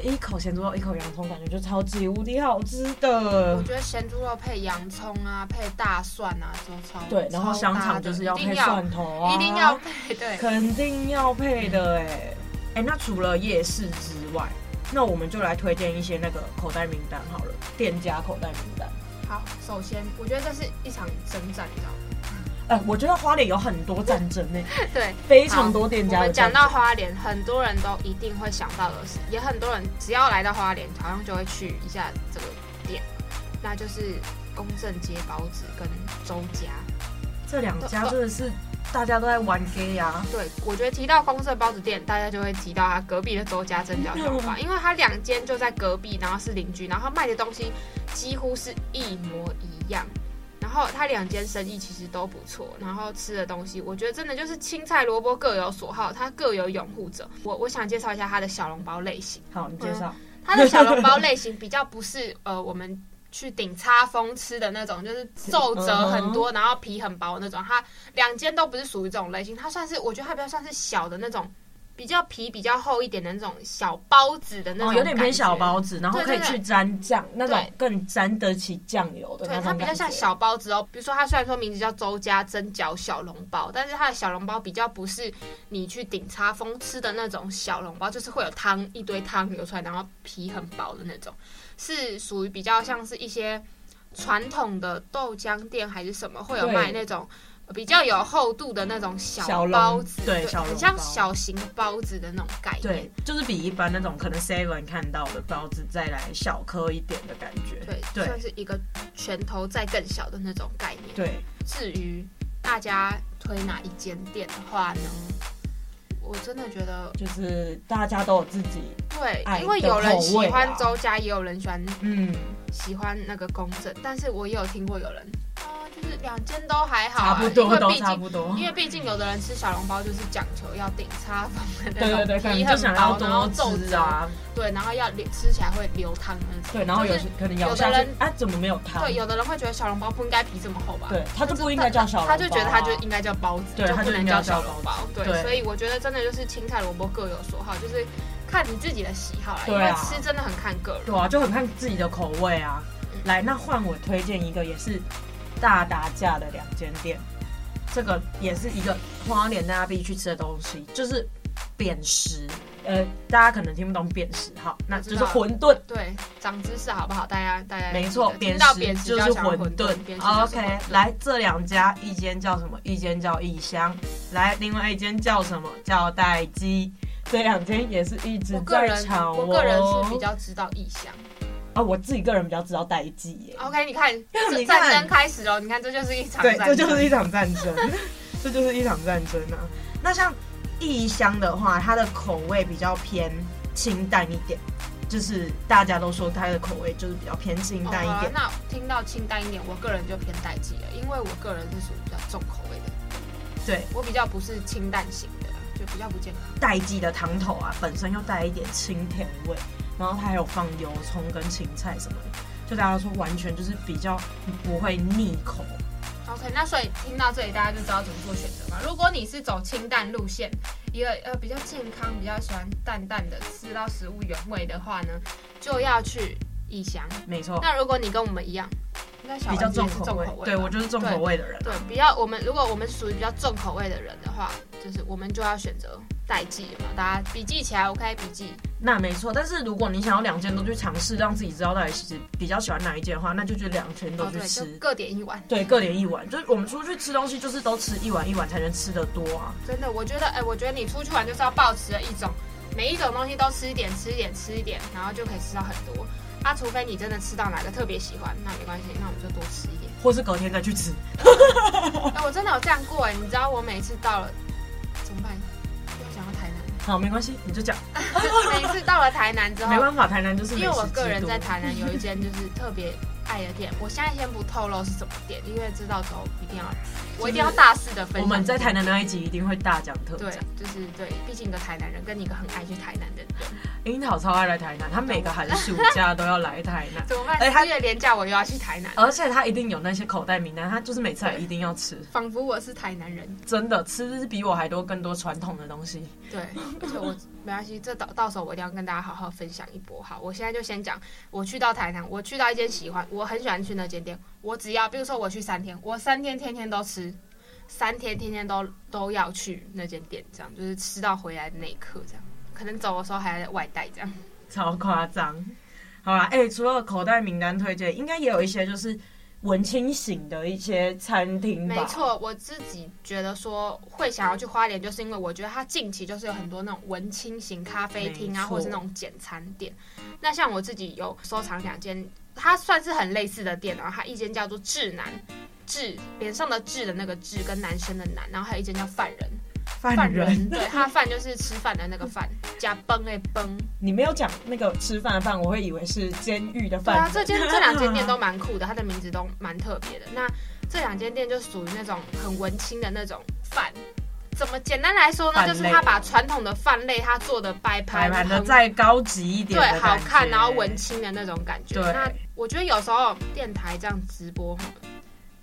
[SPEAKER 5] 一口咸猪肉，一口洋葱，感觉就超级无敌好吃的
[SPEAKER 2] 我。觉得咸猪肉配洋葱啊，配大蒜啊，就超
[SPEAKER 5] 对，然后
[SPEAKER 2] 超搭
[SPEAKER 5] 香肠
[SPEAKER 2] 的
[SPEAKER 5] 就是要
[SPEAKER 2] 一定
[SPEAKER 5] 配
[SPEAKER 2] 要
[SPEAKER 5] 蒜头啊，
[SPEAKER 2] 一定要配对。
[SPEAKER 5] 肯定要配的
[SPEAKER 2] 嗯
[SPEAKER 5] 哎、哎、那除了夜市之外，那我们就来推荐一些那个口袋名单好了，店家口袋名单。
[SPEAKER 2] 好，首先我觉得这是一场征战，你知道 吗？
[SPEAKER 5] 哎、我觉得花莲有很多战争呢、
[SPEAKER 2] 对，
[SPEAKER 5] 非常多店家
[SPEAKER 2] 我
[SPEAKER 5] 的
[SPEAKER 2] 们讲
[SPEAKER 5] 战争
[SPEAKER 2] 到花莲，很多人都一定会想到的是，也很多人只要来到花莲，好像就会去一下这个店，那就是公正街包子跟周家。
[SPEAKER 5] 这两家真的是大家都在玩 gay 呀、啊，
[SPEAKER 2] 对，我觉得提到公社包子店，大家就会提到它隔壁的周家蒸饺小贩，因为它两间就在隔壁，然后是邻居，然后卖的东西几乎是一模一样。然后它两间生意其实都不错，然后吃的东西，我觉得真的就是青菜萝卜各有所好，它各有拥护者。我我想介绍一下它的小笼包类型，
[SPEAKER 5] 好，你介绍。
[SPEAKER 2] 它的小笼包类型比较不是呃我们去顶叉风吃的那种，就是皱褶很多，然后皮很薄那种。它两间都不是属于这种类型，它算是我觉得它比较算是小的那种，比较皮比较厚一点的那种小包子的那种、
[SPEAKER 5] 哦，有点偏小。包子，然后可以
[SPEAKER 2] 对对
[SPEAKER 5] 去
[SPEAKER 2] 对
[SPEAKER 5] 沾酱，那种
[SPEAKER 2] 对
[SPEAKER 5] 更沾得起酱油的那
[SPEAKER 2] 对，
[SPEAKER 5] 种
[SPEAKER 2] 它比较
[SPEAKER 5] 感觉
[SPEAKER 2] 像小包子哦。比如说，它虽然说名字叫周家蒸饺小笼包，但是它的小笼包比较不是你去顶叉风吃的那种小笼包，就是会有汤一堆汤流出来，然后皮很薄的那种，是属于比较像是一些传统的豆浆店还是什么会有
[SPEAKER 5] 对
[SPEAKER 2] 卖那种。比较有厚度的那种小
[SPEAKER 5] 小笼
[SPEAKER 2] 包子，
[SPEAKER 5] 对小笼
[SPEAKER 2] 很像
[SPEAKER 5] 包
[SPEAKER 2] 小型包子的那种概念
[SPEAKER 5] 对。，就是比一般那种可能 seven 看到的包子再来小颗一点的感觉。
[SPEAKER 2] 对，算
[SPEAKER 5] 对
[SPEAKER 2] 是一个拳头再更小的那种概念。
[SPEAKER 5] 对，
[SPEAKER 2] 至于大家推哪一间店的话呢，我真的觉得
[SPEAKER 5] 就是大家都有自己
[SPEAKER 2] 对
[SPEAKER 5] 爱，的啊
[SPEAKER 2] 因为有人喜
[SPEAKER 5] 口味
[SPEAKER 2] 欢
[SPEAKER 5] 啦
[SPEAKER 2] 周家，也有人喜欢
[SPEAKER 5] 嗯
[SPEAKER 2] 喜欢那个公正，但是我也有听过有人，啊、就是两间都还好、
[SPEAKER 5] 差
[SPEAKER 2] 啊，
[SPEAKER 5] 不多
[SPEAKER 2] 因为
[SPEAKER 5] 都
[SPEAKER 2] 毕
[SPEAKER 5] 差
[SPEAKER 2] 竟。
[SPEAKER 5] 不多。
[SPEAKER 2] 因为毕竟有的人吃小笼包就是讲求要顶叉风的
[SPEAKER 5] 对
[SPEAKER 2] 那
[SPEAKER 5] 对
[SPEAKER 2] 种
[SPEAKER 5] 对，可
[SPEAKER 2] 皮
[SPEAKER 5] 能就
[SPEAKER 2] 很
[SPEAKER 5] 想要
[SPEAKER 2] 薄，然后
[SPEAKER 5] 多
[SPEAKER 2] 皱
[SPEAKER 5] 吃
[SPEAKER 2] 褶，
[SPEAKER 5] 啊，
[SPEAKER 2] 对，然后要流吃起来会流汤的那种。
[SPEAKER 5] 对，然后有
[SPEAKER 2] 就
[SPEAKER 5] 些
[SPEAKER 2] 是
[SPEAKER 5] 可能
[SPEAKER 2] 有
[SPEAKER 5] 咬
[SPEAKER 2] 的
[SPEAKER 5] 下去
[SPEAKER 2] 人，
[SPEAKER 5] 啊，怎么没有汤？
[SPEAKER 2] 对，有的人会觉得小笼包不应该皮这么厚吧？
[SPEAKER 5] 对，它就
[SPEAKER 2] 但是
[SPEAKER 5] 不应该叫小笼包啊，
[SPEAKER 2] 他就觉得他就应该叫包子，
[SPEAKER 5] 对
[SPEAKER 2] 就
[SPEAKER 5] 他
[SPEAKER 2] 不
[SPEAKER 5] 就
[SPEAKER 2] 能
[SPEAKER 5] 应该
[SPEAKER 2] 叫
[SPEAKER 5] 叫
[SPEAKER 2] 小笼包
[SPEAKER 5] 包。子
[SPEAKER 2] 对，
[SPEAKER 5] 对
[SPEAKER 2] 所以我觉得真的就是青菜萝卜各有所好，就是看你自己的喜好啦。因
[SPEAKER 5] 对
[SPEAKER 2] 为
[SPEAKER 5] 啊
[SPEAKER 2] 吃真的很看个人。
[SPEAKER 5] 对啊，就很看自己的口味啊。
[SPEAKER 2] 嗯
[SPEAKER 5] 来，那换我推荐一个也是大打架的两间店，这个也是一个花莲大家必须去吃的东西，就是扁食。呃，大家可能听不懂扁食，好，那就是馄饨。
[SPEAKER 2] 对，长知识好不好？大家大家
[SPEAKER 5] 没错，
[SPEAKER 2] 记
[SPEAKER 5] 扁
[SPEAKER 2] 得听到
[SPEAKER 5] 食
[SPEAKER 2] 扁食
[SPEAKER 5] 就
[SPEAKER 2] 要
[SPEAKER 5] 是
[SPEAKER 2] 想要
[SPEAKER 5] 馄饨
[SPEAKER 2] 饨。扁食就是
[SPEAKER 5] OK，来这两家，一间叫什么？一间叫异乡。来，另外一间叫什么？叫待鸡。这两间也是一直
[SPEAKER 2] 我个
[SPEAKER 5] 在
[SPEAKER 2] 人
[SPEAKER 5] 吵哦
[SPEAKER 2] 我个人是比较知道异乡。
[SPEAKER 5] 啊，我自己个人比较知道待鸡耶。
[SPEAKER 2] OK，你看，这
[SPEAKER 5] 你
[SPEAKER 2] 战
[SPEAKER 5] 看
[SPEAKER 2] 争开始了，你看这就是一场
[SPEAKER 5] 对，
[SPEAKER 2] 战
[SPEAKER 5] 这就是一
[SPEAKER 2] 争。
[SPEAKER 5] 场战 争，这就是一场战争啊。那像异乡的话，它的口味比较偏清淡一点，就是大家都说它的口味就是比较偏清
[SPEAKER 2] 哦
[SPEAKER 5] 淡一点。
[SPEAKER 2] 那听到清淡一点，我个人就偏代记了，因为我个人是属于比较重口味的，
[SPEAKER 5] 对，
[SPEAKER 2] 我比较不是清淡型的啦，就比较不健康。
[SPEAKER 5] 代记的汤头啊，本身又带一点清甜味，然后它还有放油葱跟芹菜什么的，就大家说完全就是比较不会腻口。
[SPEAKER 2] OK，那所以听到这里，大家就知道怎么做选择嘛。如果你是走清淡路线，一个呃比较健康、比较喜欢淡淡的吃到食物原味的话呢，就要去异乡。
[SPEAKER 5] 没错，
[SPEAKER 2] 那如果你跟我们一样，应该小
[SPEAKER 5] 比
[SPEAKER 2] 丸
[SPEAKER 5] 较
[SPEAKER 2] 子也
[SPEAKER 5] 重
[SPEAKER 2] 是
[SPEAKER 5] 口味。
[SPEAKER 2] 口味吧，
[SPEAKER 5] 对我就是重口味的人。啊
[SPEAKER 2] 对，比较我们如果我们属于比较重口味的人的话，就是我们就要选择代记嘛。大家笔记起来，OK，笔记。
[SPEAKER 5] 那没错，但是如果你想要两间都去尝试，让自己知道到底是比较喜欢哪一间的话，那就去两间都
[SPEAKER 2] 哦，
[SPEAKER 5] 去
[SPEAKER 2] 对，
[SPEAKER 5] 吃
[SPEAKER 2] 就。各点一碗。
[SPEAKER 5] 对，各点一碗，就是我们出去吃东西，就是都吃一碗一碗才能吃得多啊。
[SPEAKER 2] 真的，我觉得，哎、我觉得你出去玩就是要保持了一种，每一种东西都吃一点，吃一点，吃一点，然后就可以吃到很多。啊，除非你真的吃到哪个特别喜欢，那没关系，那我们就多吃一 点。
[SPEAKER 5] 或是隔天再去吃，
[SPEAKER 2] 哎、我真的有这样过哎，你知道我每次到了怎么办？又讲到台 南，
[SPEAKER 5] 好，没关系，你就讲，
[SPEAKER 2] 就每次到了台南之后
[SPEAKER 5] 没，办法，台南就是
[SPEAKER 2] 因
[SPEAKER 5] 美
[SPEAKER 2] 为
[SPEAKER 5] 食
[SPEAKER 2] 我个
[SPEAKER 5] 之
[SPEAKER 2] 人
[SPEAKER 5] 都
[SPEAKER 2] 在台南有一间就是特别爱的店，我现在先不透露是什么店，因为知道之后一定要，我一定要大肆的分享。
[SPEAKER 5] 我们在台南那一集一定会大讲特
[SPEAKER 2] 对
[SPEAKER 5] 讲，，
[SPEAKER 2] 就是对，毕竟一个台南人跟你一个很爱去台南的人。
[SPEAKER 5] 哎、樱桃超爱来台南，他每个寒暑假都要来台
[SPEAKER 2] ，
[SPEAKER 5] 南
[SPEAKER 2] 怎么办？
[SPEAKER 5] 哎他
[SPEAKER 2] 四月廉假我又要去台南，
[SPEAKER 5] 而且他一定有那些口袋名单，他就是每次来一定要吃，
[SPEAKER 2] 仿佛我是台南人。
[SPEAKER 5] 真的吃比我还多更多传统的东西。
[SPEAKER 2] 对，而且我没关系，这到到时候我一定要跟大家好好分享一波。好，我现在就先讲，我去到台南，我去到一间喜欢，我很喜欢去那间店，我只要比如说我去三天，我三天天天都吃，三天天天都都要去那间店，这样就是吃到回来的那一刻，这样可能走的时候还在外带这样。
[SPEAKER 5] 超夸张。好啦，哎、除了口袋名单推荐，应该也有一些就是文青型的一些餐厅吧。
[SPEAKER 2] 没，错，我自己觉得说会想要去花莲，就是因为我觉得它近期就是有很多那种文青型咖啡厅啊，
[SPEAKER 5] 没错
[SPEAKER 2] 或者是那种简餐店。那像我自己有收藏两间，它算是很类似的店，然后它一间叫做智男，智脸上的智的那个智跟男生的男，然后还有一间叫犯人，
[SPEAKER 5] 犯人，
[SPEAKER 2] 对，它的饭就是吃饭的那个饭，加崩哎崩。
[SPEAKER 5] 你没有讲那个吃饭的饭，我会以为是监狱的
[SPEAKER 2] 对
[SPEAKER 5] 饭。
[SPEAKER 2] 啊，这间这两间 店都蛮酷的，它的名字都蛮特别的。那这两间店就属于那种很文青的那种饭。怎么简单来说呢？
[SPEAKER 5] 饭
[SPEAKER 2] 就是
[SPEAKER 5] 类
[SPEAKER 2] 他把传统的饭类，他做的摆
[SPEAKER 5] 排
[SPEAKER 2] 盘
[SPEAKER 5] 盘的
[SPEAKER 2] 很
[SPEAKER 5] 再高级一点
[SPEAKER 2] 对
[SPEAKER 5] 的感觉，
[SPEAKER 2] 好看，然后文青的那种感觉。
[SPEAKER 5] 对
[SPEAKER 2] 那我觉得有时候电台这样直播，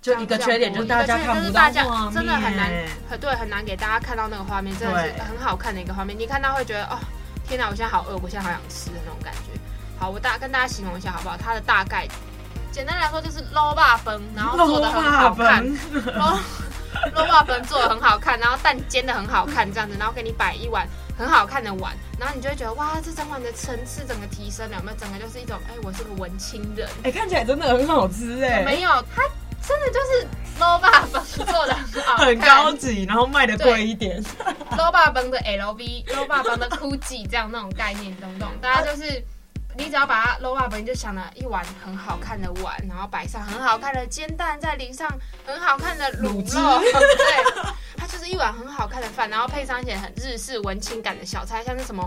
[SPEAKER 5] 就一个缺点就是大家看不到
[SPEAKER 2] 一个缺点就是大
[SPEAKER 5] 画
[SPEAKER 2] 家
[SPEAKER 5] 面，
[SPEAKER 2] 真的很难很对，很难给大家看到那个画面，真的是很好看的一个画面。你看到会觉得哦，天哪，我现在好饿，我现在好想吃的那种感觉。好，我大跟大家形容一下好不好？它的大概，简单来说就是 low 霸崩，然后做的很
[SPEAKER 5] 肉霸
[SPEAKER 2] 好看
[SPEAKER 5] 饭
[SPEAKER 2] low low 霸崩做的很好看，然后蛋煎的很好看，这样子，然后给你摆一碗很好看的碗，然后你就会觉得哇，这整碗的层次整个提升了，有没有？整个就是一种，哎，我是个文青人。
[SPEAKER 5] 哎、看起来真的很好吃哎、
[SPEAKER 2] 没有，它真的就是 low 霸崩做的很好看，
[SPEAKER 5] 很高级，然后卖的贵一点。
[SPEAKER 2] l o b a 崩的 LV、l o b a 崩的 GUCCI 这样那种概念，懂不懂？大家就是，你只要把它 l o b a 崩，你就想了一碗很好看的碗，然后摆上很好看的煎蛋，再淋上很好看的卤
[SPEAKER 5] 卤汁
[SPEAKER 2] 肉，对，它就是一碗很好看的饭，然后配上一些很日式文青感的小菜，像是什么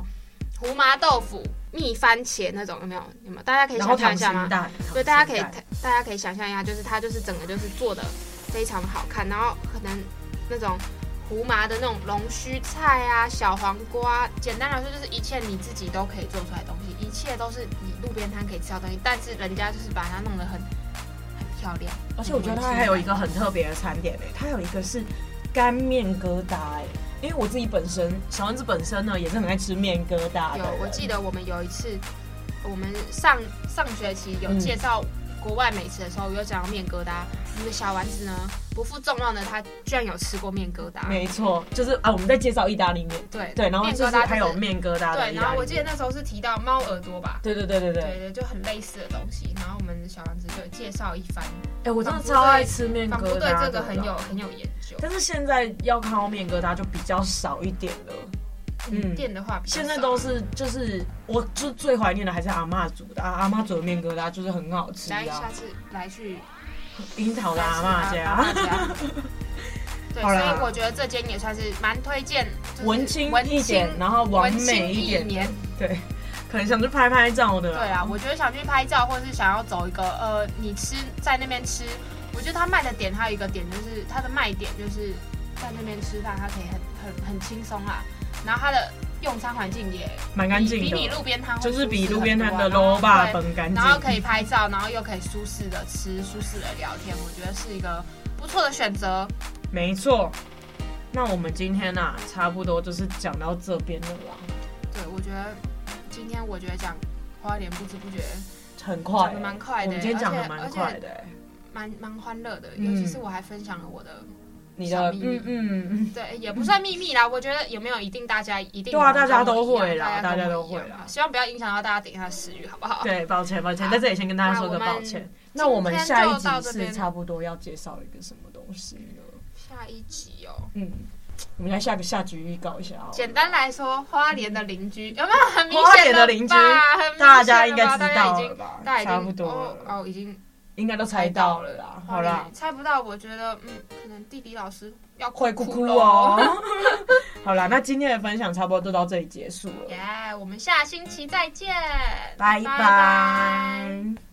[SPEAKER 2] 胡麻豆腐、蜜番茄那种，有没有？有没有？大家可以
[SPEAKER 5] 然后溏
[SPEAKER 2] 想象一
[SPEAKER 5] 心
[SPEAKER 2] 下吗？
[SPEAKER 5] 蛋，
[SPEAKER 2] 对，大家可以
[SPEAKER 5] 溏心蛋，
[SPEAKER 2] 大家可以想象一下，就是它就是整个就是做的非常好看，然后可能那种胡麻的那种龙须菜啊、小黄瓜，简单来说就是一切你自己都可以做出来的东西，一切都是你路边摊可以吃到的东西，但是人家就是把它弄得很很漂亮。
[SPEAKER 5] 而且我觉得它还有一个很特别的餐点哎、它有一个是干面疙瘩哎、因为我自己本身小丸子本身呢也是很爱吃面疙瘩的
[SPEAKER 2] 有
[SPEAKER 5] 人，，
[SPEAKER 2] 我记得我们有一次，我们上上学期有
[SPEAKER 5] 嗯
[SPEAKER 2] 介绍国外美食的时候，有讲到面疙瘩。我们的小丸子呢，不负众望的，他居然有吃过面疙瘩。
[SPEAKER 5] 没错，就是啊我们在介绍意大利面，
[SPEAKER 2] 对
[SPEAKER 5] 对，然后
[SPEAKER 2] 面
[SPEAKER 5] 就
[SPEAKER 2] 疙
[SPEAKER 5] 是
[SPEAKER 2] 瘩
[SPEAKER 5] 还有
[SPEAKER 2] 就是
[SPEAKER 5] 面疙瘩的
[SPEAKER 2] 对，
[SPEAKER 5] 意大利面，
[SPEAKER 2] 然后我记得那时候是提到猫耳朵吧，
[SPEAKER 5] 对对对对对，
[SPEAKER 2] 对对，就很类似的东西。然后我们小丸子就介绍一番，
[SPEAKER 5] 哎、我真的超爱吃面疙
[SPEAKER 2] 仿
[SPEAKER 5] 瘩
[SPEAKER 2] 佛
[SPEAKER 5] 的
[SPEAKER 2] 对
[SPEAKER 5] 啦，
[SPEAKER 2] 这个很有很有研究。
[SPEAKER 5] 但是现在要看到面疙瘩就比较少一点了。嗯
[SPEAKER 2] 嗯，店的话比较少
[SPEAKER 5] 现在都是就是，我就最怀念的还是阿嬷煮的，啊、阿嬷煮的面疙瘩就是很好吃
[SPEAKER 2] 来
[SPEAKER 5] 啊
[SPEAKER 2] 下，次来去
[SPEAKER 5] 樱桃的
[SPEAKER 2] 来
[SPEAKER 5] 阿
[SPEAKER 2] 吃
[SPEAKER 5] 嬷
[SPEAKER 2] 阿
[SPEAKER 5] 家
[SPEAKER 2] 嬷。家。 对，
[SPEAKER 5] 好
[SPEAKER 2] 所
[SPEAKER 5] 啦
[SPEAKER 2] 以我觉得这间也算是蛮推荐，就是
[SPEAKER 5] 文青
[SPEAKER 2] 文
[SPEAKER 5] 一点，然后完
[SPEAKER 2] 文青
[SPEAKER 5] 美一点，
[SPEAKER 2] 年。
[SPEAKER 5] 对，可能想去拍拍照的
[SPEAKER 2] 对
[SPEAKER 5] 啦。
[SPEAKER 2] 啊，我觉得想去拍照，或是想要走一个呃，你吃在那边吃，我觉得它卖的点还有一个点就是它的卖点就是在那边吃饭，它可以很很很轻松啊，然后它的用餐环境也
[SPEAKER 5] 蛮干净的
[SPEAKER 2] 比比你路边摊会
[SPEAKER 5] 就是比
[SPEAKER 2] 舒适
[SPEAKER 5] 路边摊的
[SPEAKER 2] 很多啊
[SPEAKER 5] low 霸
[SPEAKER 2] 对
[SPEAKER 5] 本干净
[SPEAKER 2] 然后可以拍照，然后又可以舒适的吃，舒适的聊天，我觉得是一个不错的选择。
[SPEAKER 5] 没错。那我们今天啊，差不多就是讲到这边了啦，
[SPEAKER 2] 对，我觉得今天我觉得讲花莲不知不觉
[SPEAKER 5] 很快、欸
[SPEAKER 2] 讲得蛮快的欸
[SPEAKER 5] 我们今天讲的蛮
[SPEAKER 2] 而且
[SPEAKER 5] 快的、欸。
[SPEAKER 2] 蛮蛮欢乐的，
[SPEAKER 5] 嗯
[SPEAKER 2] 尤其是我还分享了我的。
[SPEAKER 5] 你
[SPEAKER 2] 小
[SPEAKER 5] 的
[SPEAKER 2] 秘密
[SPEAKER 5] 嗯嗯嗯，
[SPEAKER 2] 对，也不算秘密啦。我觉得有没有一定大家一定
[SPEAKER 5] 对啊
[SPEAKER 2] 跟
[SPEAKER 5] 大
[SPEAKER 2] 我
[SPEAKER 5] 家都
[SPEAKER 2] 一样
[SPEAKER 5] 会啦
[SPEAKER 2] 大
[SPEAKER 5] 大家
[SPEAKER 2] 跟我
[SPEAKER 5] 都
[SPEAKER 2] 一样
[SPEAKER 5] 会啦
[SPEAKER 2] 希望不要影响到大家等一下的食欲，好不好？，
[SPEAKER 5] 对，抱歉抱歉，
[SPEAKER 2] 好
[SPEAKER 5] 在这里先跟大家说个
[SPEAKER 2] 那我们
[SPEAKER 5] 抱歉。那我们下一
[SPEAKER 2] 今天就到
[SPEAKER 5] 集
[SPEAKER 2] 这边
[SPEAKER 5] 是差不多要介绍一个什么东西呢？
[SPEAKER 2] 下一集哦。
[SPEAKER 5] 嗯，我们来下个下局预告一下哦。
[SPEAKER 2] 简单来说，花莲的邻居有没有很明显
[SPEAKER 5] 花莲的邻居
[SPEAKER 2] 吧很明显了吧
[SPEAKER 5] 大家应该知
[SPEAKER 2] 大家
[SPEAKER 5] 道
[SPEAKER 2] 已
[SPEAKER 5] 了
[SPEAKER 2] 经
[SPEAKER 5] 吧
[SPEAKER 2] 大家已经
[SPEAKER 5] 差不多
[SPEAKER 2] 哦
[SPEAKER 5] 了
[SPEAKER 2] 哦，已经
[SPEAKER 5] 应该都猜到了啦。好啦，
[SPEAKER 2] 猜不到，我觉得嗯，可能地理老师要
[SPEAKER 5] 会哭
[SPEAKER 2] 哭
[SPEAKER 5] 哭
[SPEAKER 2] 咯。
[SPEAKER 5] 哦。好啦，那今天的分享差不多就到这里结束了，
[SPEAKER 2] 耶，我们下星期再见，
[SPEAKER 5] 拜拜。